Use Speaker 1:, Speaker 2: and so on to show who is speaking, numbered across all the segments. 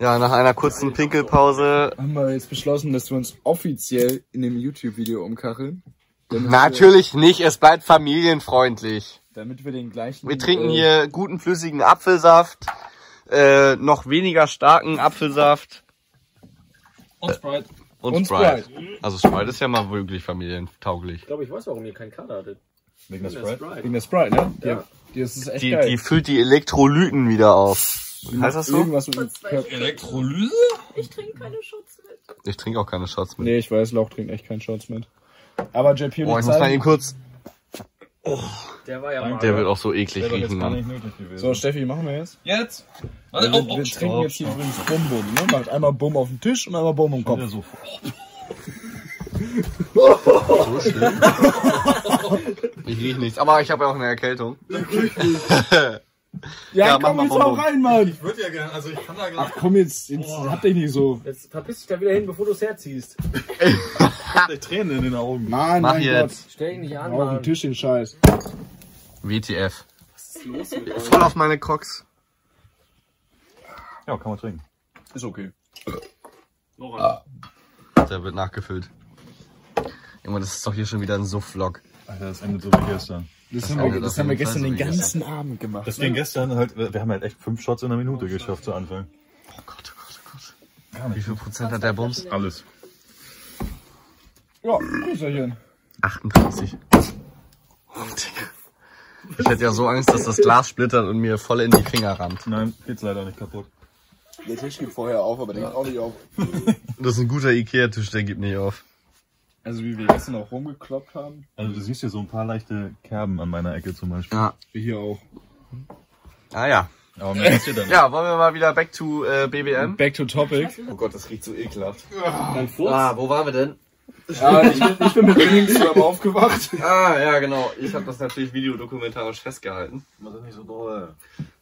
Speaker 1: Ja, nach einer kurzen Pinkelpause.
Speaker 2: Haben wir jetzt beschlossen, dass wir uns offiziell in dem YouTube-Video umkacheln? Damit
Speaker 1: Natürlich nicht, es bleibt familienfreundlich.
Speaker 2: Wir, damit wir den gleichen. äh,
Speaker 1: Wir trinken hier guten flüssigen Apfelsaft, äh, noch weniger starken Apfelsaft
Speaker 3: Und Sprite.
Speaker 1: und,
Speaker 2: Und
Speaker 1: Sprite.
Speaker 2: Sprite.
Speaker 1: Also Sprite ist ja mal wirklich familientauglich.
Speaker 4: Ich glaube, ich weiß, warum ihr keinen Kader hattet.
Speaker 2: Wegen der
Speaker 4: der
Speaker 2: Sprite.
Speaker 4: Sprite.
Speaker 2: Wegen der Sprite, ne? Die,
Speaker 4: Ja.
Speaker 2: die, das ist echt
Speaker 1: Die,
Speaker 2: geil.
Speaker 1: die füllt die Elektrolyten wieder auf.
Speaker 2: Die macht
Speaker 1: Heißt das so?
Speaker 2: Irgendwas mit dem Körper.
Speaker 3: Elektrolyse?
Speaker 5: Ich trinke keine Schutz mit.
Speaker 1: Ich trinke auch keine Shots mit.
Speaker 2: Nee, ich weiß, Lauch trinkt echt keinen Shots mit. Aber JP und
Speaker 1: Boah, ich muss mal eben kurz.
Speaker 4: Der war ja
Speaker 3: Danke.
Speaker 4: mal.
Speaker 1: Der wird auch so eklig
Speaker 3: Wäre doch
Speaker 1: riechen,
Speaker 3: jetzt gar
Speaker 1: Mann.
Speaker 3: nicht nötig gewesen.
Speaker 2: So, Steffi, machen wir jetzt?
Speaker 3: jetzt. Warte,
Speaker 2: Also, wir
Speaker 3: oh, oh,
Speaker 2: wir
Speaker 3: stopp,
Speaker 2: trinken jetzt hier
Speaker 3: stopp.
Speaker 2: übrigens Bum-Bum, ne? Macht einmal Bum auf den Tisch und einmal Bum im
Speaker 3: Ja,
Speaker 2: Kopf.
Speaker 3: so.
Speaker 1: Ich riech nichts, aber ich habe ja auch eine Erkältung.
Speaker 2: Ja,
Speaker 1: Ja, mach
Speaker 2: komm
Speaker 1: mal
Speaker 2: jetzt
Speaker 1: Bum-Bum.
Speaker 2: auch rein, Mann!
Speaker 3: Ich würde ja gerne, also ich kann da
Speaker 2: Ach komm jetzt, jetzt habt ihr nicht so.
Speaker 4: Jetzt verpiss dich da wieder hin, bevor du es herziehst.
Speaker 3: gerade Tränen in den Augen.
Speaker 2: Mann,
Speaker 1: Mach
Speaker 2: mein
Speaker 1: jetzt.
Speaker 4: Stell dich nicht an,
Speaker 2: Gott. Auf den
Speaker 4: Mann.
Speaker 2: Tisch den Scheiß.
Speaker 1: WTF. Voll auf meine Crocs.
Speaker 3: Ja, kann man trinken.
Speaker 2: Ist okay.
Speaker 1: Der wird nachgefüllt. Junge, das ist doch hier schon wieder ein Suff-Vlog.
Speaker 3: Alter, das endet so wie gestern.
Speaker 2: Das,
Speaker 1: auch
Speaker 2: haben wir,
Speaker 1: gut, auf
Speaker 2: das haben wir
Speaker 1: jeden
Speaker 2: gestern
Speaker 1: Fall
Speaker 2: den
Speaker 1: so wie
Speaker 2: ganzen Abend gemacht.
Speaker 3: Das ging gestern halt, wir haben halt echt fünf Shots in einer Minute geschafft zu Anfang.
Speaker 1: Oh Gott, oh Gott, oh Gott. Wie viel Prozent hat der Bums?
Speaker 3: Alles.
Speaker 2: Ja, Grüßerchen.
Speaker 1: 38. Oh, Digga. Ich hätte ja so Angst, dass das Glas splittert und mir voll in die Finger rammt.
Speaker 3: Nein, geht's leider nicht kaputt.
Speaker 2: Der Tisch geht vorher auf, aber der geht auch nicht auf.
Speaker 1: Das ist ein guter Ikea-Tisch, der gibt nicht auf.
Speaker 2: Also wie wir gestern auch rumgekloppt haben.
Speaker 3: Also du siehst hier so ein paar leichte Kerben an meiner Ecke zum Beispiel.
Speaker 1: Ja.
Speaker 2: Wir hier auch.
Speaker 1: Ah ja.
Speaker 3: Aber mehr ist hier dann
Speaker 1: Ja, wollen wir mal wieder back to äh, BBM?
Speaker 2: Back to topic.
Speaker 1: Oh Gott, das riecht so ekelhaft.
Speaker 4: Mein Furz.
Speaker 1: Ah, wo waren wir denn?
Speaker 2: Ja, ich, bin- ich bin mit Winningstürm aufgewacht.
Speaker 1: Ah, ja, genau. Ich habe das natürlich videodokumentarisch festgehalten.
Speaker 3: Man ist nicht so doll.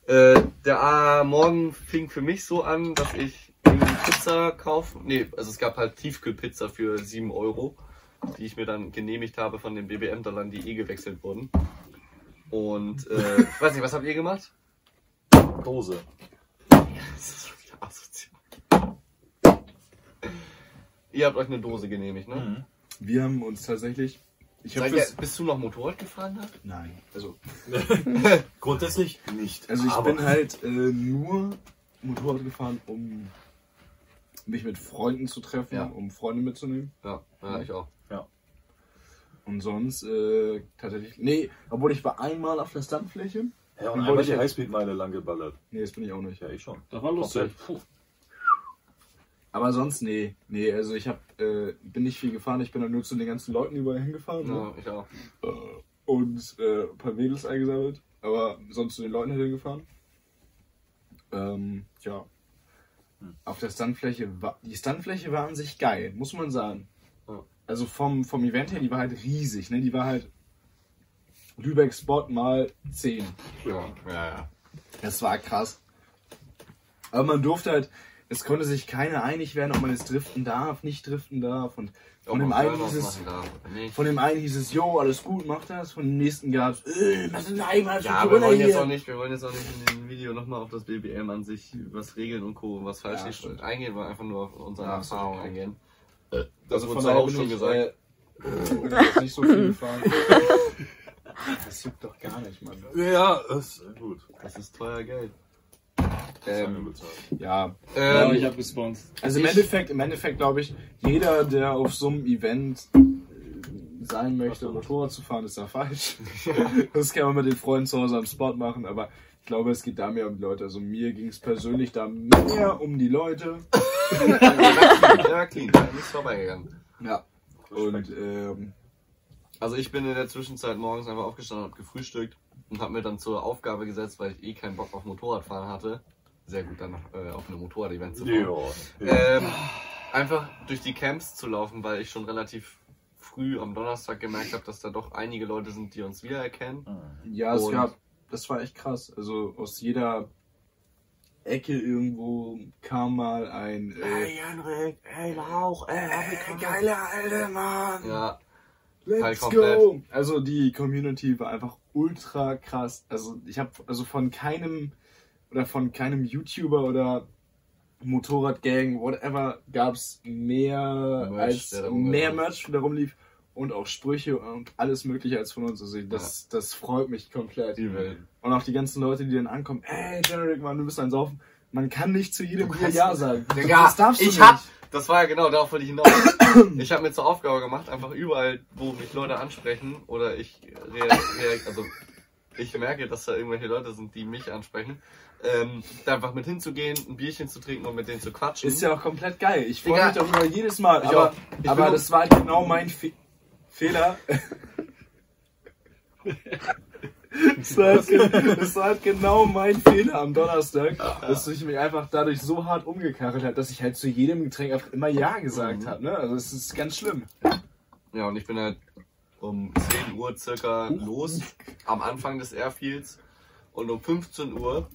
Speaker 1: Äh, der ah, Morgen fing für mich so an, dass ich irgendwie Pizza kaufen. Nee, also es gab halt Tiefkühlpizza für 7 Euro, die ich mir dann genehmigt habe von den BBM-Dollar, die eh gewechselt wurden. Und äh, ich weiß nicht, was habt ihr gemacht?
Speaker 4: Dose.
Speaker 1: Das ist doch wieder asozial. Ihr habt euch eine Dose genehmigt, ne?
Speaker 3: Mhm.
Speaker 2: Wir haben uns tatsächlich. Ich habe
Speaker 1: Seid ihr,
Speaker 2: fürs.
Speaker 1: bist du noch Motorrad gefahren? Hat?
Speaker 3: Nein.
Speaker 2: Also,
Speaker 4: Grundsätzlich nicht.
Speaker 2: also ich
Speaker 4: Aber
Speaker 2: bin halt äh, nur Motorrad gefahren, um mich mit Freunden zu treffen,
Speaker 1: Ja.
Speaker 2: um Freunde mitzunehmen.
Speaker 1: Ja, ja, ich auch.
Speaker 2: Und sonst äh, tatsächlich. Nee, obwohl ich war einmal auf der Stuntfläche.
Speaker 6: Ja,
Speaker 2: Dann
Speaker 6: und
Speaker 2: wollte
Speaker 6: einmal
Speaker 2: ich
Speaker 6: die
Speaker 2: ja-
Speaker 6: Highspeed-Meile lang geballert.
Speaker 2: Nee, das bin ich auch nicht.
Speaker 6: Ja, ich schon.
Speaker 4: Das war lustig. Puh.
Speaker 2: Aber sonst, nee. Nee, also ich hab, äh, bin nicht viel gefahren. Ich bin dann nur zu den ganzen Leuten überall hingefahren. Ne?
Speaker 1: Ja, ich auch.
Speaker 2: und äh, ein paar Mädels eingesammelt, aber sonst zu den Leuten hingefahren. Ähm, ja. Auf der Stuntfläche war. Die Stuntfläche war an sich geil, muss man sagen.
Speaker 1: Ja.
Speaker 2: Also vom, vom Event her, die war halt riesig, ne? Die war halt Lübeck-Spot mal 10.
Speaker 1: Ja, ja, ja.
Speaker 2: Das war krass. Aber man durfte halt, es konnte sich keiner einig werden, ob man jetzt driften darf, nicht driften darf. Und von dem einen hieß es,
Speaker 1: es.
Speaker 2: von dem einen hieß es, jo, alles gut, mach das. Von dem nächsten gab es, äh, was ist denn eigentlich für
Speaker 1: Ja, wir
Speaker 2: Corona
Speaker 1: wollen jetzt
Speaker 2: hier?
Speaker 1: auch nicht, wir wollen jetzt auch nicht in dem Video nochmal auf das BBM an sich, was Regeln und Co. und was falsch
Speaker 2: Ja,
Speaker 1: ist
Speaker 2: stimmt.
Speaker 1: eingehen, weil einfach nur auf unsere
Speaker 2: Ja, absolut.
Speaker 1: Erfahrungen eingehen. Das wurde
Speaker 2: Also von
Speaker 1: uns
Speaker 2: daher
Speaker 1: auch
Speaker 2: bin
Speaker 1: schon
Speaker 2: ich,
Speaker 1: gesagt.
Speaker 2: äh, bin ich jetzt nicht so viel gefahren. Das juckt doch gar nicht, Mann.
Speaker 3: Ja, es
Speaker 6: Sehr gut.
Speaker 1: das ist teuer Geld.
Speaker 6: Das haben
Speaker 1: Ähm,
Speaker 6: wir bezahlt.
Speaker 2: Ja,
Speaker 1: ähm,
Speaker 2: ich
Speaker 3: hab gesponsert.
Speaker 2: also im
Speaker 1: Ich-
Speaker 2: Endeffekt, im Endeffekt glaube ich, jeder, der auf so einem Event äh, sein möchte, um Motorrad zu fahren, ist da falsch. Das kann man mit den Freunden zu Hause am Spot machen, aber ich glaube, es geht da mehr um die Leute. Also mir ging es persönlich da mehr um die Leute.
Speaker 1: ja, clean, da ist nichts vorbeigegangen.
Speaker 2: Ja. Und ähm,
Speaker 1: Also ich bin in der Zwischenzeit morgens einfach aufgestanden, hab gefrühstückt und hab mir dann zur Aufgabe gesetzt, weil ich eh keinen Bock auf Motorradfahren hatte. Sehr gut dann äh, auf einem Motorrad-Event zu fahren.
Speaker 6: Ja.
Speaker 1: ähm, einfach durch die Camps zu laufen, weil ich schon relativ früh am Donnerstag gemerkt habe, dass da doch einige Leute sind, die uns wiedererkennen.
Speaker 2: Ja, es
Speaker 1: Und-
Speaker 2: gab, das war echt krass. Also aus jeder Ecke irgendwo kam mal ein.
Speaker 1: Ah,
Speaker 2: Äh,
Speaker 1: Henrik, ey Lauch, ey,
Speaker 2: geiler alter Mann!
Speaker 1: Ja, Halt
Speaker 2: Let's
Speaker 1: komplett.
Speaker 2: go! Also die Community war einfach ultra krass. Also ich habe also von keinem oder von keinem YouTuber oder Motorradgang, whatever, gab's mehr
Speaker 1: Merch, der da
Speaker 2: als
Speaker 1: rumlief.
Speaker 2: mehr Merch, der rumlief und auch Sprüche und alles mögliche als von uns. Also das, das freut mich komplett.
Speaker 1: Die Welt.
Speaker 2: Und auch die ganzen Leute, die dann ankommen, ey, Generic, Mann, du bist ein Saufen. Man kann nicht zu jedem Bier Ja sagen.
Speaker 1: Digga,
Speaker 2: das darfst du
Speaker 1: ich
Speaker 2: nicht.
Speaker 1: hab, das war ja genau, darauf wollte ich hinaus. Ich habe mir zur Aufgabe gemacht, einfach überall, wo mich Leute ansprechen oder ich rea- rea- also ich merke, dass da irgendwelche Leute sind, die mich ansprechen, ähm, da einfach mit hinzugehen, ein Bierchen zu trinken und mit denen zu quatschen.
Speaker 2: Ist ja auch komplett geil. Ich freue
Speaker 1: Digga.
Speaker 2: mich darüber jedes Mal.
Speaker 1: Ich
Speaker 2: aber
Speaker 1: auch. Ich
Speaker 2: aber
Speaker 1: bin-
Speaker 2: das war genau mein Fe Fehler. das, war halt, ge- das war halt genau mein Fehler am Donnerstag, dass ich mich einfach dadurch so hart umgekachelt habe, dass ich halt zu jedem Getränk einfach immer Ja gesagt
Speaker 1: Mhm.
Speaker 2: habe. Ne? Also es ist ganz schlimm.
Speaker 1: Ja, und ich bin halt um 10 Uhr circa los, am Anfang des Airfields. Und um 15 Uhr,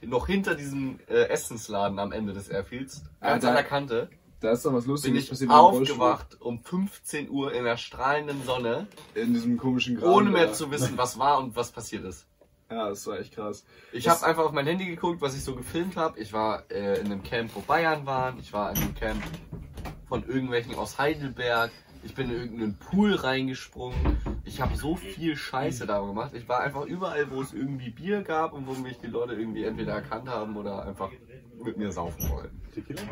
Speaker 1: noch hinter diesem äh, Essensladen am Ende des Airfields, ganz
Speaker 2: Alter.
Speaker 1: an der Kante,
Speaker 2: Da ist dann was
Speaker 1: bin
Speaker 2: Lustiges
Speaker 1: ich
Speaker 2: passiert mit dem Rollstuhl.
Speaker 1: aufgewacht um 15 Uhr in der strahlenden Sonne,
Speaker 2: In diesem komischen Graben.
Speaker 1: ohne mehr
Speaker 2: da.
Speaker 1: zu wissen, was war und was passiert ist.
Speaker 2: Ja, das war echt krass.
Speaker 1: Ich habe einfach auf mein Handy geguckt, was ich so gefilmt habe. Ich war äh, in einem Camp, wo Bayern waren. Ich war in einem Camp von irgendwelchen aus Heidelberg. Ich bin in irgendeinen Pool reingesprungen. Ich habe so viel Scheiße da gemacht. Ich war einfach überall, wo es irgendwie Bier gab und wo mich die Leute irgendwie entweder erkannt haben oder einfach mit mir saufen wollen.
Speaker 6: Tequila?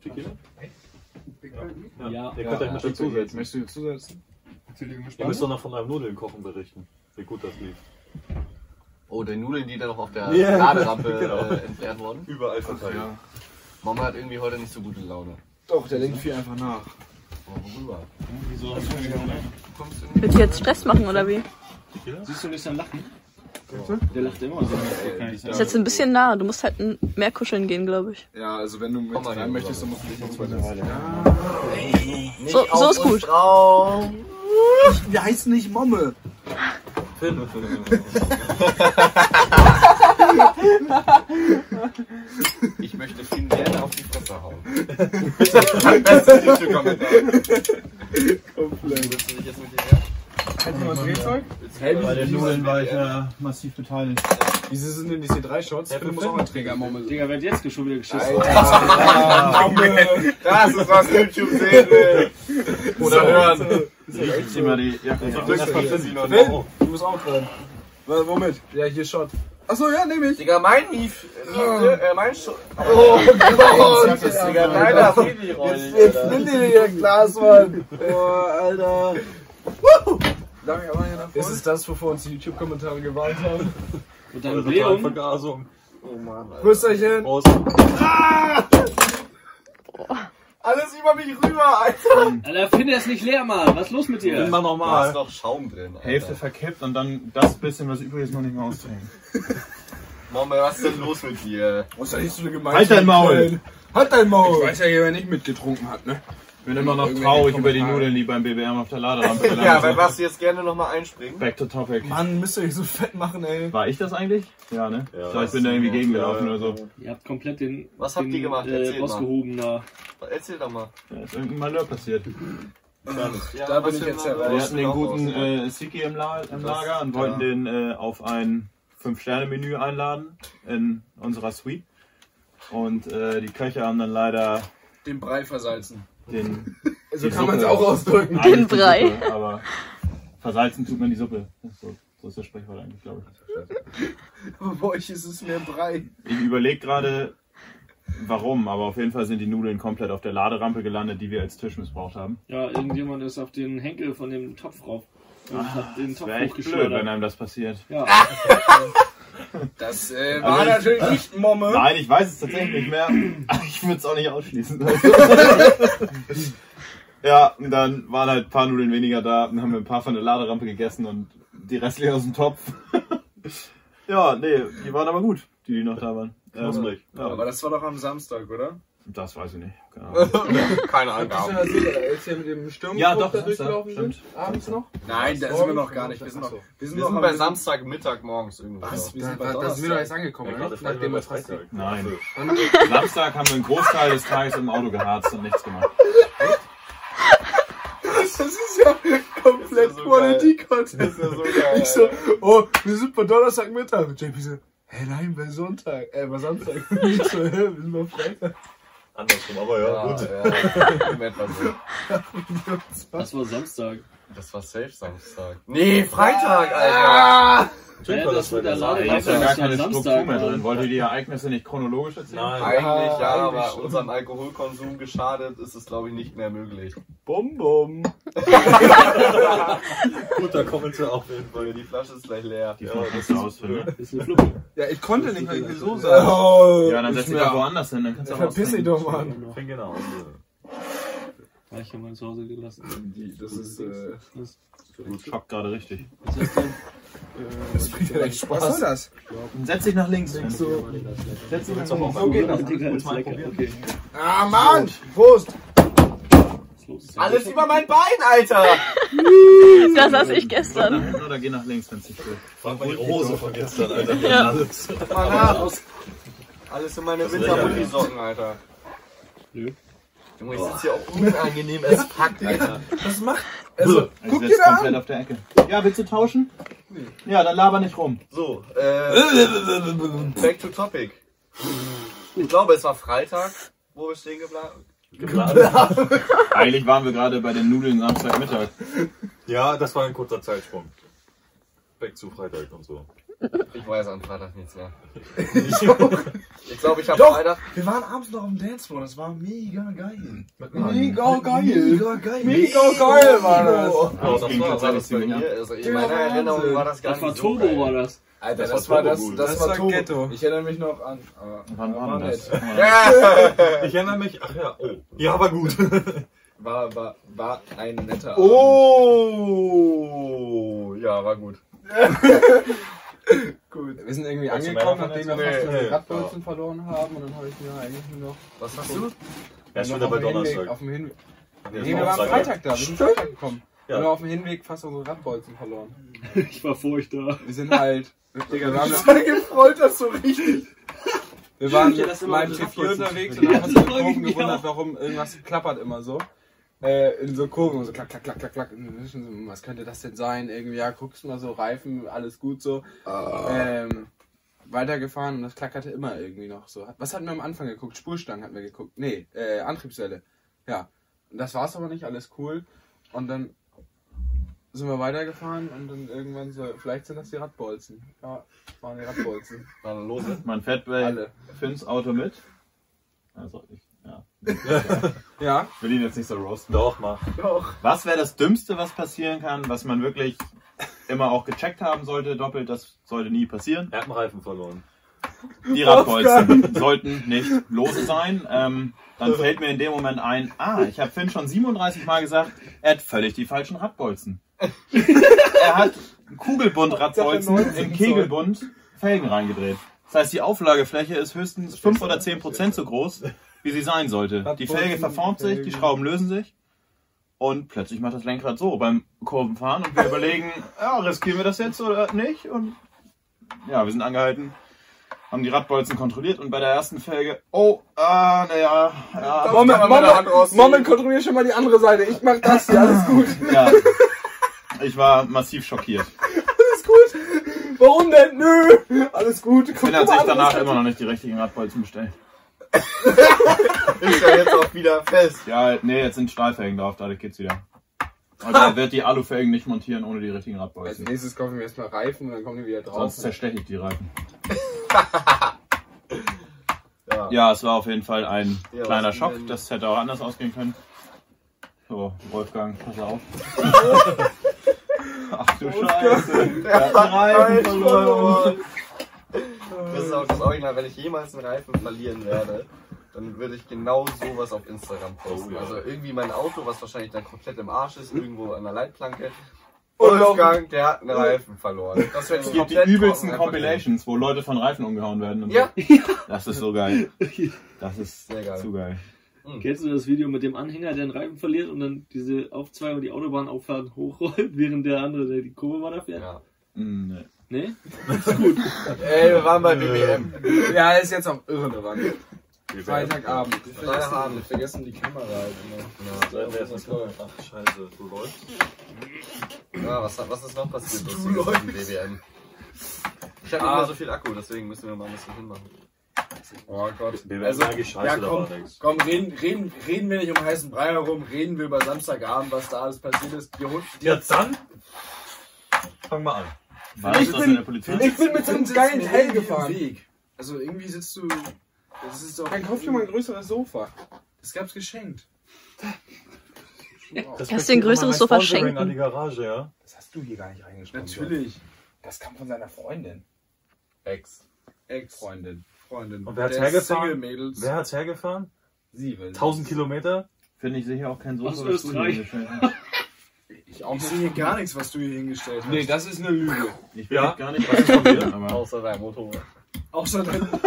Speaker 6: Tequila?
Speaker 7: Tequila?
Speaker 4: Ja, ihr
Speaker 2: Ja,
Speaker 4: könnt euch mit dazu
Speaker 2: möchtest, du,
Speaker 4: setzen.
Speaker 2: möchtest du zusetzen?
Speaker 4: Ihr müsst doch noch von eurem Nudelnkochen berichten, wie gut das lief.
Speaker 1: Oh, die Nudeln, die dann noch auf der
Speaker 4: Ja,
Speaker 1: Laderampe
Speaker 4: genau.
Speaker 1: äh, entleert wurden.
Speaker 6: Überall verteilt.
Speaker 2: Ja.
Speaker 1: Mama hat irgendwie heute nicht so gute Laune.
Speaker 2: Doch, der denkt viel einfach nach.
Speaker 1: Oh, worüber?
Speaker 7: Wieso? Willst
Speaker 1: Du kommst
Speaker 5: Willst
Speaker 1: irgendwie.
Speaker 5: du jetzt Stress machen oder wie?
Speaker 7: du ein bisschen lachen? Der lacht immer so.
Speaker 5: Ist jetzt ein bisschen nah. Du musst halt n- mehr kuscheln gehen, glaube ich.
Speaker 2: Ja, also wenn du mit
Speaker 1: Komm mal
Speaker 2: rein
Speaker 1: hier,
Speaker 2: möchtest, dann musst du dich noch zwei Ja.
Speaker 1: Nicht
Speaker 5: So- so
Speaker 1: auf
Speaker 5: ist
Speaker 1: uns
Speaker 5: gut.
Speaker 1: Drauf.
Speaker 2: Wir heißen nicht Momme.
Speaker 1: Ich möchte Finn gerne auf die Fresse hauen.
Speaker 2: Komplett.
Speaker 1: Willst du dich jetzt mit hierher?
Speaker 7: Bei den Nudeln war ich ja.
Speaker 8: massiv beteiligt.
Speaker 2: Wieso sind denn diese drei Shots? Ich finde, muss auch ein Träger Momme sein.
Speaker 7: Digga, wird jetzt schon wieder geschissen.
Speaker 2: Oh, Momme.
Speaker 1: Das ist was YouTube sehen will. Oder hören.
Speaker 8: Ich zieh mal die Jacke
Speaker 2: Finn, du musst auch dran. Wa- Womit? Ja, hier Shot. Achso, ja, nehme ich.
Speaker 1: Digga, mein Mief. Äh, mein Schuh.
Speaker 2: Digga,
Speaker 1: Nein, das geht nicht,
Speaker 2: Jetzt, jetzt nimm dir ihr Glas, Mann. Boah, Alter. Ist es das, wovor uns die YouTube-Kommentare gewarnt haben?
Speaker 7: Und dann Blähung.
Speaker 4: Vergasung.
Speaker 2: Prösterchen.
Speaker 4: Prost.
Speaker 1: Alles über mich rüber, Alter.
Speaker 7: Alter, finde es nicht leer, Mann. Was ist los mit dir?
Speaker 4: Immer
Speaker 1: Da ist
Speaker 4: nochmal.
Speaker 1: noch Schaum drin. Alter.
Speaker 8: Hälfte verkippt und dann das bisschen, was übrig ist, noch nicht mehr austrinken.
Speaker 1: Mama, was ist denn los mit dir?
Speaker 2: Was ist eigentlich so eine Gemeinschaft?
Speaker 8: Halt dein Maul!
Speaker 2: Halt dein Maul!
Speaker 8: Ich
Speaker 2: weiß ja, wer nicht mitgetrunken hat, ne?
Speaker 8: Ich bin immer noch
Speaker 2: Irgendwelche
Speaker 8: traurig über die
Speaker 2: Kommentare.
Speaker 8: Nudeln, die beim BBM auf der Laderampe
Speaker 1: Ja,
Speaker 8: gelandet
Speaker 1: bei
Speaker 8: sind.
Speaker 1: was du jetzt gerne nochmal einspringen?
Speaker 8: Back to topic.
Speaker 2: Mann, müsst ihr euch so fett machen, ey.
Speaker 8: War ich das eigentlich? Ja, ne?
Speaker 6: Ja,
Speaker 8: ich glaube, ich bin da irgendwie
Speaker 6: das-
Speaker 8: gegengelaufen
Speaker 6: ja,
Speaker 8: oder so.
Speaker 7: Ihr habt komplett den.
Speaker 1: Was habt
Speaker 7: den,
Speaker 1: ihr gemacht? Erzähl
Speaker 7: Äh,
Speaker 1: mal.
Speaker 7: ausgehoben da.
Speaker 1: Erzähl doch mal.
Speaker 8: Da ist irgendein Malheur passiert.
Speaker 1: Ja,
Speaker 2: Da bin
Speaker 1: was
Speaker 2: ich
Speaker 1: für
Speaker 2: jetzt
Speaker 1: ein-
Speaker 2: ja
Speaker 8: Wir
Speaker 2: raus.
Speaker 8: hatten den guten äh, Siki im, La im Lager und wollten den äh, auf ein 5-Sterne-Menü einladen in unserer Suite. Und äh, die Köche haben dann leider
Speaker 2: Den Brei versalzen.
Speaker 8: den
Speaker 2: So
Speaker 8: Die
Speaker 2: kann man es
Speaker 8: Suppe.
Speaker 2: auch ausdrücken.
Speaker 8: Eigentlich die
Speaker 5: Brei.
Speaker 8: Suppe, aber versalzen tut man die Suppe. So, so ist das Sprichwort eigentlich, glaube
Speaker 2: Bei euch ist es mehr Brei.
Speaker 8: ich. Ich überlege gerade, warum, aber auf jeden Fall sind die Nudeln komplett auf der Laderampe gelandet, die wir als Tisch missbraucht haben.
Speaker 7: Ja, irgendjemand ist auf den Henkel von dem Topf rauf. Und hat den Topf
Speaker 8: Wäre echt blöd, wenn
Speaker 7: hochgeschleudert.
Speaker 8: einem das passiert.
Speaker 7: Ja,
Speaker 2: Das äh,
Speaker 8: war Also ich-
Speaker 2: natürlich nicht Momme.
Speaker 8: Nein, ich weiß es tatsächlich nicht mehr. aber Ich würde es auch nicht ausschließen. ja, und dann waren halt ein paar Nudeln weniger da und haben wir ein paar von der Laderampe gegessen und die restlichen aus dem Topf. ja, nee, die waren aber gut, die, die noch da waren. Ähm,
Speaker 4: Knusprig.
Speaker 8: ja,
Speaker 2: Aber das war doch am Samstag, oder?
Speaker 8: Das weiß ich nicht. Keine Ahnung.
Speaker 1: Keine Angabe.
Speaker 2: Bist du da sicher, als wir mit dem Sturm
Speaker 8: Ja, doch,
Speaker 2: da
Speaker 8: Samstag,
Speaker 2: durchgelaufen sind?
Speaker 8: stimmt.
Speaker 2: ne? Abends noch?
Speaker 1: Nein,
Speaker 2: da sind wir noch gar nicht. Wir sind noch, wir sind
Speaker 1: Wir
Speaker 2: noch
Speaker 1: sind
Speaker 2: am-
Speaker 1: bei Samstag Mittag morgens irgendwo.
Speaker 2: Was? Wir sind
Speaker 9: Da,
Speaker 2: bei
Speaker 9: da sind wir doch
Speaker 2: Donnerstag.
Speaker 9: jetzt angekommen,
Speaker 6: gerade
Speaker 9: ne?
Speaker 6: fragen wir
Speaker 9: Nachdem
Speaker 6: mal
Speaker 9: wir
Speaker 6: Freitag.
Speaker 9: Freitag.
Speaker 8: Nein.
Speaker 9: Dann-
Speaker 8: Samstag haben wir einen Großteil des Tages im Auto geharzt und nichts gemacht.
Speaker 2: Das ist ja
Speaker 1: Das
Speaker 2: komplett
Speaker 1: ist ja so
Speaker 2: Quality Content.
Speaker 1: Das ist ja so geil,
Speaker 2: Ich so, oh, wir sind bei Donnerstagmittag. JP so, Hey, nein, bei Sonntag. Äh, bei Samstag. Wir sind bei Freitag.
Speaker 4: Andersrum, aber ja. gut.
Speaker 1: ja. Im etwa so.
Speaker 7: Das war Samstag.
Speaker 1: Das war safe Samstag. Ah! Nee, Freitag, Alter.
Speaker 7: Hä, das mit der
Speaker 8: Da ist ja
Speaker 7: Laderampe
Speaker 8: gar
Speaker 7: ist ja
Speaker 8: keine Struktur
Speaker 7: Also Samstag.
Speaker 8: mehr drin.
Speaker 7: Mann.
Speaker 8: Wollt ihr die Ereignisse nicht chronologisch erzählen?
Speaker 4: Nein.
Speaker 1: Eigentlich ja,
Speaker 2: Ah,
Speaker 1: aber
Speaker 2: eigentlich schon.
Speaker 1: unserem Alkoholkonsum geschadet ist es, glaube ich, nicht mehr möglich.
Speaker 2: Bum, bum.
Speaker 4: Guter Kommentar auf jeden Fall.
Speaker 1: Weil die Flasche ist gleich leer.
Speaker 3: Die ja, das aus, ne?
Speaker 7: Ist eine Fluppe.
Speaker 2: Ja, ich konnte nicht, weil ich mir so sah.
Speaker 1: Oh.
Speaker 8: Ja, dann setz dich doch woanders hin, dann kannst du auch
Speaker 2: Verpiss dich
Speaker 8: austrinken.
Speaker 2: doch, Mann.
Speaker 4: Fing genau.
Speaker 7: Hab ich ja mal zu Hause gelassen.
Speaker 2: Das ist, äh,
Speaker 7: Was
Speaker 8: Gut, Schock gerade richtig.
Speaker 7: was ist das denn?
Speaker 2: das bringt ja echt Spaß. Was soll das?
Speaker 8: Setz dich nach links.
Speaker 2: So.
Speaker 8: Setz dich nach links.
Speaker 7: So geht das. Digga, ist lecker. Okay,
Speaker 2: Ah, Mann! Prost!
Speaker 7: was ist los?
Speaker 1: Alles über mein Bein, Alter!
Speaker 5: Da saß ich
Speaker 8: Nach
Speaker 5: gestern.
Speaker 8: hinten oder geh nach links, wenn es dich will.
Speaker 4: Frag mal die Hose von gestern, Alter.
Speaker 5: Ja.
Speaker 8: Also
Speaker 1: Mal nach. Alles in meine Wintermultisocken, Alter.
Speaker 7: Nö.
Speaker 1: Junge, ich sitze hier auch unangenehm als Pack, Alter.
Speaker 2: Was macht. Also,
Speaker 8: Ich
Speaker 2: guck
Speaker 8: sitz
Speaker 2: dir da
Speaker 8: komplett
Speaker 2: an!
Speaker 8: auf der Ecke. Ja, willst du tauschen? Ja, dann laber nicht rum.
Speaker 1: So, äh, back to topic. Ich glaube, es war Freitag, wo wir stehen geblieben
Speaker 8: Eigentlich waren wir gerade bei den Nudeln Samstagmittag.
Speaker 4: Ja, das war ein kurzer Zeitsprung. Weg zu Freitag und so.
Speaker 1: Ich weiß am Freitag nichts mehr. Ich glaube, ich habe
Speaker 2: Doch.
Speaker 1: Freitag.
Speaker 2: Wir waren abends noch am Dancefloor, das war mega geil.
Speaker 1: Mega
Speaker 2: Mega geil. Mega geil war das.
Speaker 1: Ja, das
Speaker 8: ging
Speaker 1: war, war das
Speaker 8: tatsächlich
Speaker 1: bei
Speaker 8: ziemlich
Speaker 1: mir. Also in
Speaker 2: Ja,
Speaker 1: meiner Erinnerung
Speaker 2: Wahnsinn.
Speaker 1: war das gar
Speaker 7: Das
Speaker 1: nicht
Speaker 7: war
Speaker 1: so
Speaker 7: Turbo,
Speaker 1: geil.
Speaker 7: war das.
Speaker 2: Alter,
Speaker 4: Das
Speaker 2: das,
Speaker 4: war
Speaker 2: war das,
Speaker 4: Turbo-Gut.
Speaker 2: das,
Speaker 6: Das
Speaker 2: war
Speaker 6: war
Speaker 2: Turbo.
Speaker 6: Ghetto.
Speaker 2: Ich erinnere mich noch an.
Speaker 1: äh,
Speaker 2: ah,
Speaker 8: Wann war denn das?
Speaker 2: nett.
Speaker 4: Ich erinnere mich, ach ja, oh. Ja, war gut.
Speaker 2: War, war, war ein netter
Speaker 1: Oh, ja, war gut.
Speaker 2: Abend. Gut. Wir sind irgendwie
Speaker 4: Weißt du,
Speaker 2: angekommen,
Speaker 4: meiner
Speaker 2: nachdem wir
Speaker 4: fand
Speaker 2: fast
Speaker 4: jetzt-
Speaker 2: unsere
Speaker 4: Nee.
Speaker 2: Radbolzen verloren haben und dann habe ich mir eigentlich nur noch.
Speaker 1: Was hast du?
Speaker 4: Ja, schon wieder bei
Speaker 2: noch auf dem Hinweg-
Speaker 4: Donnerstag.
Speaker 2: Auf dem Hinweg.
Speaker 4: Nee,
Speaker 2: Nee, wir
Speaker 4: war
Speaker 2: waren
Speaker 4: Freitag.
Speaker 2: Freitag da, wir sind Freitag gekommen.
Speaker 4: Ja.
Speaker 2: Und auf dem Hinweg fast unsere Radbolzen verloren.
Speaker 7: Ich war furchtbar.
Speaker 2: Wir sind halt. Digga, wir haben
Speaker 1: bin gefreut, dass so richtig.
Speaker 2: Wir waren
Speaker 8: Ja, das
Speaker 2: mit
Speaker 8: immer
Speaker 2: meinem
Speaker 8: so
Speaker 2: T4 unterwegs und
Speaker 7: Ja,
Speaker 2: haben
Speaker 7: das
Speaker 2: uns in
Speaker 7: frag ich
Speaker 2: Kurven
Speaker 7: mich
Speaker 2: gewundert,
Speaker 7: auch.
Speaker 2: warum irgendwas klappert immer so. Äh, in so Kurven, und so klack, klack, klack, klack, klack. Und wir wissen so, Was könnte das denn sein? Irgendwie, ja, guckst mal so, Reifen, alles gut so. Ähm, weitergefahren und das klackerte immer irgendwie noch so. Was hatten wir am Anfang geguckt? Spurstangen hatten wir geguckt. Nee, äh, Antriebswelle. Ja. Und das war's aber nicht, alles cool. Und dann sind wir weitergefahren und dann irgendwann so, vielleicht sind das die Radbolzen. Ja, waren die Radbolzen.
Speaker 1: Dann lose.
Speaker 8: Man fährt bei
Speaker 2: Alle.
Speaker 8: Finns Auto mit. Also ich. Ja.
Speaker 2: Ja.
Speaker 8: Ich will ihn jetzt nicht so roasten.
Speaker 4: Doch, mach.
Speaker 8: Was wäre das Dümmste, was passieren kann, was man wirklich immer auch gecheckt haben sollte, doppelt, das sollte nie passieren.
Speaker 4: Er hat einen Reifen verloren.
Speaker 8: Die Radbolzen sollten nicht lose sein. Ähm, dann fällt mir in dem Moment ein, ah, ich habe Finn schon 37 Mal gesagt, er hat völlig die falschen Radbolzen. er hat Kugelbund-Radbolzen in Kegelbund Felgen reingedreht. Das heißt, die Auflagefläche ist höchstens 5 oder 10 Prozent so groß, wie sie sein sollte. Die Felge verformt sich, die Schrauben lösen sich. Und plötzlich macht das Lenkrad so beim Kurvenfahren und wir überlegen, ja, riskieren wir das jetzt oder nicht? Und ja, wir sind angehalten, haben die Radbolzen kontrolliert und bei der ersten Felge, oh, ah, naja, ja,
Speaker 2: Moment,
Speaker 1: mal meine Hand
Speaker 2: Moment,
Speaker 1: rausziehen.
Speaker 2: Moment, kontrollier schon mal die andere Seite. Ich mach das hier, alles gut.
Speaker 8: ja. Ich war massiv schockiert.
Speaker 2: Alles gut. Warum denn? Nö. Alles gut. Guck
Speaker 8: Finn hat
Speaker 2: mal
Speaker 8: sich
Speaker 2: an.
Speaker 8: danach immer noch nicht die richtigen Radbolzen bestellt.
Speaker 1: Ist ja jetzt auch wieder fest.
Speaker 8: Ja, nee, jetzt sind Stahlfelgen drauf, dadurch geht's wieder. Also er wird die Alufelgen nicht montieren ohne die richtigen
Speaker 2: Als
Speaker 8: Radbolzen.
Speaker 2: nächstes kaufen wir erstmal Reifen und dann kommen die wieder drauf.
Speaker 8: Sonst zersteche ich die Reifen.
Speaker 1: Ja.
Speaker 8: Ja, es war auf jeden Fall ein
Speaker 1: Ja,
Speaker 8: kleiner
Speaker 1: was
Speaker 8: Schock.
Speaker 1: denn?
Speaker 8: Das hätte auch anders ausgehen können. So, Wolfgang, pass auf. Ach du Scheiße. Der hat einen Reifen verloren.
Speaker 1: Das ist auch das Original. Wenn ich jemals einen Reifen verlieren werde, dann würde ich genau sowas auf Instagram posten.
Speaker 4: Oh, ja.
Speaker 1: Also irgendwie mein Auto, was wahrscheinlich dann komplett im Arsch ist, irgendwo an der Leitplanke.
Speaker 2: Und laufen.
Speaker 1: Wolfgang, der hat einen Reifen verloren. Das werde ich
Speaker 8: Es gibt die
Speaker 1: komplett
Speaker 8: übelsten
Speaker 1: trocken einfach nehmen.
Speaker 8: Compilations, wo Leute von Reifen umgehauen werden. Und
Speaker 1: Ja.
Speaker 8: So. Das ist so geil. Das ist
Speaker 1: Sehr geil.
Speaker 8: zu geil.
Speaker 7: Kennst du das Video mit dem Anhänger, der einen Reifen verliert und dann diese Aufzweigung, die Autobahnauffahrt hochrollt, während der andere, der die Kurve weiterfährt?
Speaker 1: Ja.
Speaker 8: Mm, nee.
Speaker 7: Ne?
Speaker 1: Ey, wir waren bei BBM.
Speaker 2: Ja, ist jetzt auch irrelevant. Freitagabend.
Speaker 1: Freitagabend.
Speaker 2: vergessen die Kamera.
Speaker 1: Ja.
Speaker 4: Seit wir erst mal- Ach, scheiße, du läufst.
Speaker 1: Ah, Ja, was, was ist noch passiert? Du läufst. BBM. Ich habe nicht mehr so viel Akku, deswegen müssen wir mal ein bisschen hinmachen.
Speaker 2: Oh Gott.
Speaker 6: Wir werden
Speaker 2: Also,
Speaker 6: eigentlich scheiße
Speaker 2: ja, komm,
Speaker 6: dabei, Alex.
Speaker 2: komm reden, reden, reden wir nicht um heißen Brei herum, reden wir über Samstagabend, was da alles passiert ist. Wir holen,
Speaker 4: Ja, dann.
Speaker 3: Fang mal an.
Speaker 8: Warst du
Speaker 2: bin-
Speaker 8: das in der Polizei?
Speaker 9: Ich bin mit so einem geilen Hell
Speaker 2: Im
Speaker 9: gefahren.
Speaker 2: Weg. Also irgendwie sitzt du. Das ist doch.
Speaker 9: Dann kauf dir mal ein größeres Sofa.
Speaker 2: Das gab's geschenkt.
Speaker 5: Kannst du dir ein größeres Sofa schenken?
Speaker 3: An die Garage, ja?
Speaker 9: Das hast du hier gar nicht reingeschrieben.
Speaker 2: Natürlich.
Speaker 9: Das kam von seiner Freundin.
Speaker 2: Ex. Ex-Freundin.
Speaker 9: Freundin.
Speaker 2: Und
Speaker 3: wer hat's
Speaker 2: Der
Speaker 3: hergefahren?
Speaker 2: Single-Mädels.
Speaker 3: Wer hat's hergefahren?
Speaker 9: Sie will.
Speaker 3: 1000 Kilometer?
Speaker 8: Finde ich sicher auch kein Sofa.
Speaker 7: Aus
Speaker 8: was du
Speaker 7: Österreich.
Speaker 8: hier hingestellt hast.
Speaker 9: Ich auch
Speaker 2: Ich sehe hier gar nichts, was du hier hingestellt hast.
Speaker 9: Nee, das ist eine Lüge.
Speaker 8: Ich will
Speaker 3: Ja.
Speaker 8: ja. gar nicht was von dir, aber
Speaker 1: Außer dein Motorrad.
Speaker 2: Außer dein.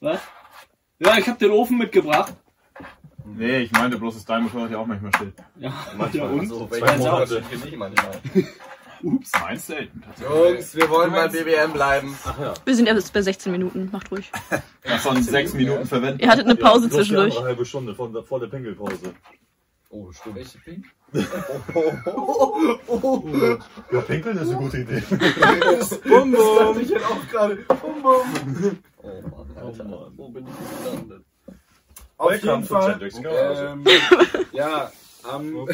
Speaker 7: Was? Ja, ich hab den Ofen mitgebracht.
Speaker 8: Nee, ich meinte bloß, dass dein Motorrad ja auch manchmal steht.
Speaker 7: Ja, ja und?
Speaker 1: So,
Speaker 3: Zwei
Speaker 1: welche
Speaker 3: Monate.
Speaker 1: Monate bin ich manchmal.
Speaker 8: Ups, mein Selten.
Speaker 1: Jungs, wir wollen bei BBM bleiben.
Speaker 5: Wir sind ja bis bei 16 Minuten, macht ruhig.
Speaker 8: Nach von sechs Minuten verwenden.
Speaker 5: Ihr hattet eine Pause
Speaker 6: Ja, bloß die
Speaker 5: zwischendurch.
Speaker 6: andere halbe Stunde vor, vor der Pinkelpause.
Speaker 1: Oh, stimmt.
Speaker 2: Welche Pink?
Speaker 3: Ja, pinkeln ist eine gute Idee.
Speaker 2: Bum, bum. Das dachte ich halt auch gerade. Bum, bum.
Speaker 1: Oh Mann, Alter. Wo bin ich gelandet?
Speaker 2: Auf jeden
Speaker 6: Welcome to
Speaker 2: Fall.
Speaker 6: Chandler's Garage.
Speaker 2: Ähm, ja, am.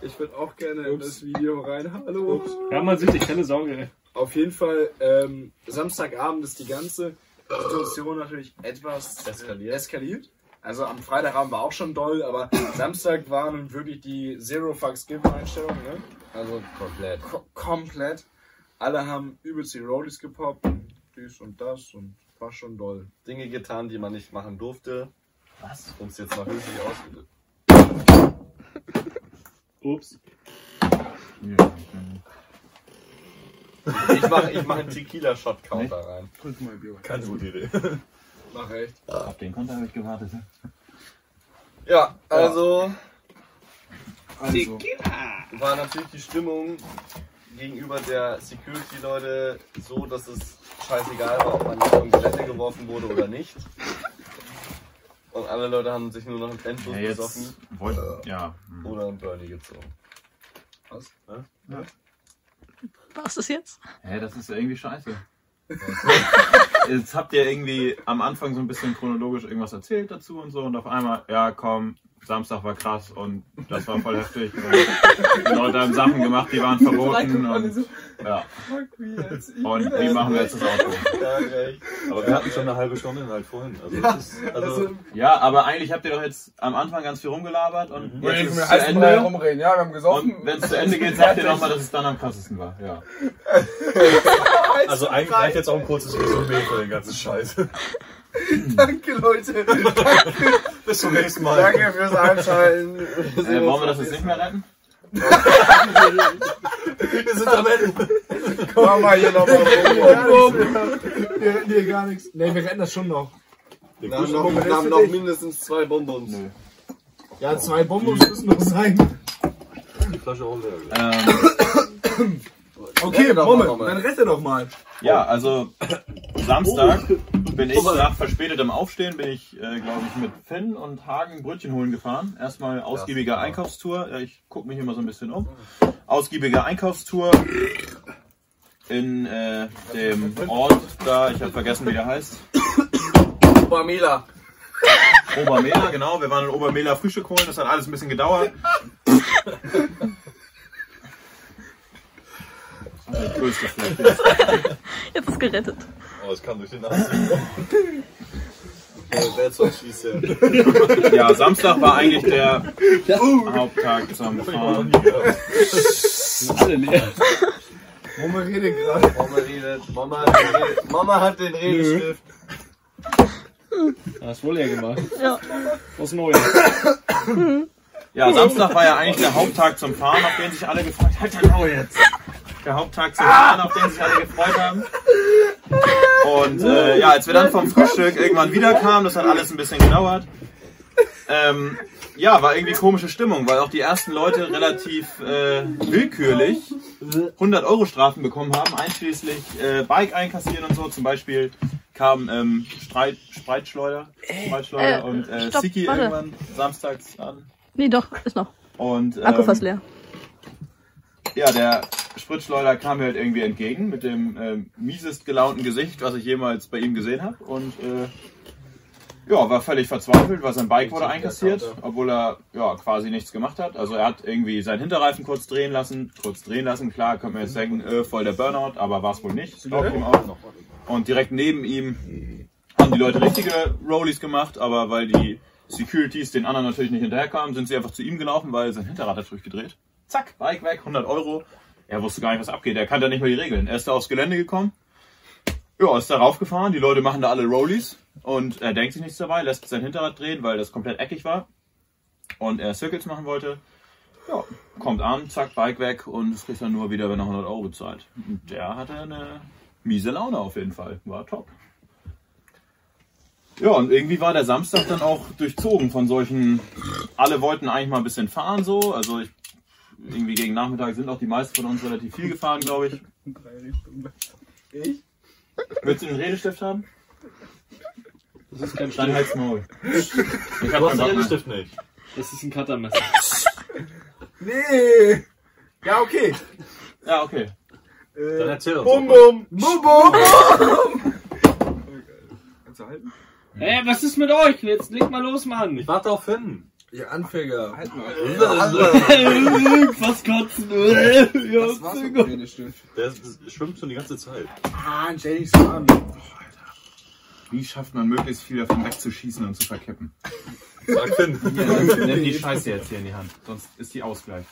Speaker 2: Ich würde auch gerne in das Video rein. Hallo.
Speaker 7: Ja, man sieht, ich keine Sorge. ey.
Speaker 2: Auf jeden Fall, ähm, Samstagabend ist die ganze Situation natürlich etwas eskaliert. eskaliert. Also am Freitagabend war auch schon doll, aber Samstag war nun wirklich die Zero Fucks Give Einstellung, ne? Also komplett. Ko komplett. Alle haben übelst die Rollies gepoppt, und dies und das und war schon doll.
Speaker 1: Dinge getan, die man nicht machen durfte.
Speaker 8: Was?
Speaker 1: Um es jetzt mal höflich ausgedrückt.
Speaker 7: Ups.
Speaker 8: Ja,
Speaker 1: Ich mache ich mach einen Tequila-Shot-Counter rein.
Speaker 9: Drück mal Bier.
Speaker 6: Keine gute Idee.
Speaker 2: Mach recht.
Speaker 8: Auf den Konter habe ich gewartet. ne?
Speaker 1: Ja, also
Speaker 9: Also,
Speaker 1: war natürlich die Stimmung gegenüber der Security-Leute so, dass es scheißegal war, ob man jetzt vom Gelände geworfen wurde oder nicht. Und alle Leute haben sich nur noch einen Trendschuss
Speaker 8: Ja,
Speaker 1: besoffen
Speaker 8: jetzt wollt, ja.
Speaker 1: oder einen Birdie gezogen.
Speaker 5: Was ist jetzt?
Speaker 8: Hä, das ist ja irgendwie scheiße. Jetzt habt ihr irgendwie am Anfang so ein bisschen chronologisch irgendwas erzählt dazu und so und auf einmal, ja komm, Samstag war krass und das war voll heftig. Und die Leute haben Sachen gemacht, die waren verboten. Und, ja. und wie machen wir jetzt das Auto?
Speaker 1: Ja, recht.
Speaker 6: Aber wir hatten schon eine halbe Stunde Inhalt vorhin. Also, das ist, also,
Speaker 8: Ja, aber eigentlich habt ihr doch jetzt am Anfang ganz viel rumgelabert und
Speaker 9: wir
Speaker 8: jetzt
Speaker 9: können
Speaker 8: ist
Speaker 9: mit
Speaker 8: es zu
Speaker 9: heißen Brei
Speaker 8: Ende.
Speaker 9: rumreden. Ja, wir haben
Speaker 8: Und
Speaker 9: gesoffen.
Speaker 8: wenn es zu Ende geht, sagt ihr nochmal, dass es dann am krassesten war. Ja.
Speaker 6: also eigentlich reicht jetzt auch ein kurzes Resümee für den ganzen Scheiß.
Speaker 2: Danke, Leute.
Speaker 6: Bis zum nächsten Mal.
Speaker 2: Danke fürs Einschalten.
Speaker 8: Äh, wollen wir das jetzt nicht mehr retten?
Speaker 6: Wir sind am Ende.
Speaker 2: Komm mal hier nochmal rum.
Speaker 9: Wir retten hier gar nichts. Nee, wir retten das schon noch.
Speaker 1: Wir haben noch, wir haben noch mindestens zwei Bonbons.
Speaker 9: Ja, zwei Bonbons müssen noch sein.
Speaker 6: Die Flasche auch leer. gell?
Speaker 8: Ähm,
Speaker 9: Okay,
Speaker 1: doch
Speaker 9: Moment,
Speaker 1: mal, Moment.
Speaker 9: dann rette doch mal.
Speaker 8: Ja, also Samstag bin ich nach verspätetem Aufstehen, bin ich, äh, glaube ich, mit Finn und Hagen Brötchen holen gefahren. Erstmal ausgiebige Einkaufstour. Ja, ich gucke mich immer so ein bisschen um. Ausgiebige Einkaufstour in äh, dem Ort da, ich habe vergessen, wie der heißt.
Speaker 1: Pamela,
Speaker 8: Obermehler, genau. Wir waren in Obermehler Frühstück holen. Das hat alles ein bisschen gedauert. Der größte Fleck jetzt.
Speaker 5: Jetzt ist gerettet.
Speaker 6: Oh, es kam durch den Anzug.
Speaker 1: äh, that's what she said.
Speaker 8: Ja, Samstag war eigentlich der Haupttag zum Fahren.
Speaker 7: Sind alle leer.
Speaker 9: Moment, rede gerade.
Speaker 1: Mama redet, Mama, redet. Mama hat den Redestift.
Speaker 7: Hast wohl leer gemacht.
Speaker 5: Ja.
Speaker 7: Was Neues.
Speaker 8: Ja, Samstag war ja eigentlich der Haupttag zum Fahren, auf den sich alle gefreut haben. Halt dein Maul jetzt! Der Haupttag zum Fahren, auf den sich alle gefreut haben. Und äh, ja, als wir dann vom Frühstück irgendwann wiederkamen, das hat alles ein bisschen gedauert. Ähm, ja, war irgendwie komische Stimmung, weil auch die ersten Leute relativ äh, willkürlich 100 Euro Strafen bekommen haben, einschließlich äh, Bike einkassieren und so. Zum Beispiel kam ähm, Streit, Streitschleuder, Streitschleuder
Speaker 5: äh,
Speaker 8: und äh,
Speaker 5: stopp,
Speaker 8: Siki
Speaker 5: warte.
Speaker 8: irgendwann samstags an.
Speaker 5: Nee, doch, ist noch.
Speaker 8: Und ähm,
Speaker 5: Akku fast leer.
Speaker 8: ja, der Spritschleuder kam mir halt irgendwie entgegen mit dem äh, miesest gelaunten Gesicht, was ich jemals bei ihm gesehen habe. Und äh, ja, war völlig verzweifelt, weil sein Bike wurde einkassiert, obwohl er ja quasi nichts gemacht hat. Also er hat irgendwie seinen Hinterreifen kurz drehen lassen, kurz drehen lassen, klar, könnte man jetzt denken, äh, voll der Burnout, aber war es wohl nicht. Glaub ihm auch. Und direkt neben ihm haben die Leute richtige Rollies gemacht, aber weil die Securities den anderen natürlich nicht hinterherkamen, sind sie einfach zu ihm gelaufen, weil sein Hinterrad hat durchgedreht. Zack, Bike weg, 100 Euro. Er wusste gar nicht, was abgeht. Er kannte nicht mal die Regeln. Er ist da aufs Gelände gekommen. Ja, ist da raufgefahren. Die Leute machen da alle Rollies. Und er denkt sich nichts dabei, lässt sein Hinterrad drehen, weil das komplett eckig war. Und er Circles machen wollte. Ja, kommt an, zack, Bike weg. Und das kriegt er nur wieder, wenn er 100 Euro bezahlt. Und der hatte eine miese Laune auf jeden Fall. War top. Ja, und irgendwie war der Samstag dann auch durchzogen von solchen. Alle wollten eigentlich mal ein bisschen fahren so. Also ich, irgendwie gegen Nachmittag sind auch die meisten von uns relativ viel gefahren, glaube ich.
Speaker 9: Ich?
Speaker 8: Willst du den Redestift haben?
Speaker 7: Das ist kein
Speaker 8: Dann
Speaker 7: Stein.
Speaker 8: halt's Maul. Ich hab
Speaker 4: Du hast den
Speaker 8: keinen Bock mehr.
Speaker 4: Stift nicht.
Speaker 7: Das ist ein Cuttermesser.
Speaker 9: Nee. Ja, okay.
Speaker 8: Ja, okay.
Speaker 4: Dann
Speaker 9: Äh,
Speaker 4: erzähl uns.
Speaker 1: Bum, bum.
Speaker 9: bum, bum.
Speaker 2: Kannst du halten?
Speaker 7: Ey, was ist mit euch? Jetzt legt mal los, Mann.
Speaker 4: Ich warte auf hin.
Speaker 9: Ihr Anfänger.
Speaker 2: Halt mal.
Speaker 7: Fast kotzen. ja,
Speaker 2: Das war's mit dem Redestift.
Speaker 4: Der ist- schwimmt schon die ganze Zeit.
Speaker 9: Ah, Jenny ist dran.
Speaker 8: Wie schafft man möglichst viel davon wegzuschießen und zu verkippen?
Speaker 4: Sag hin.
Speaker 8: Nimm die Scheiße jetzt hier in die Hand, sonst ist die Ausgleich.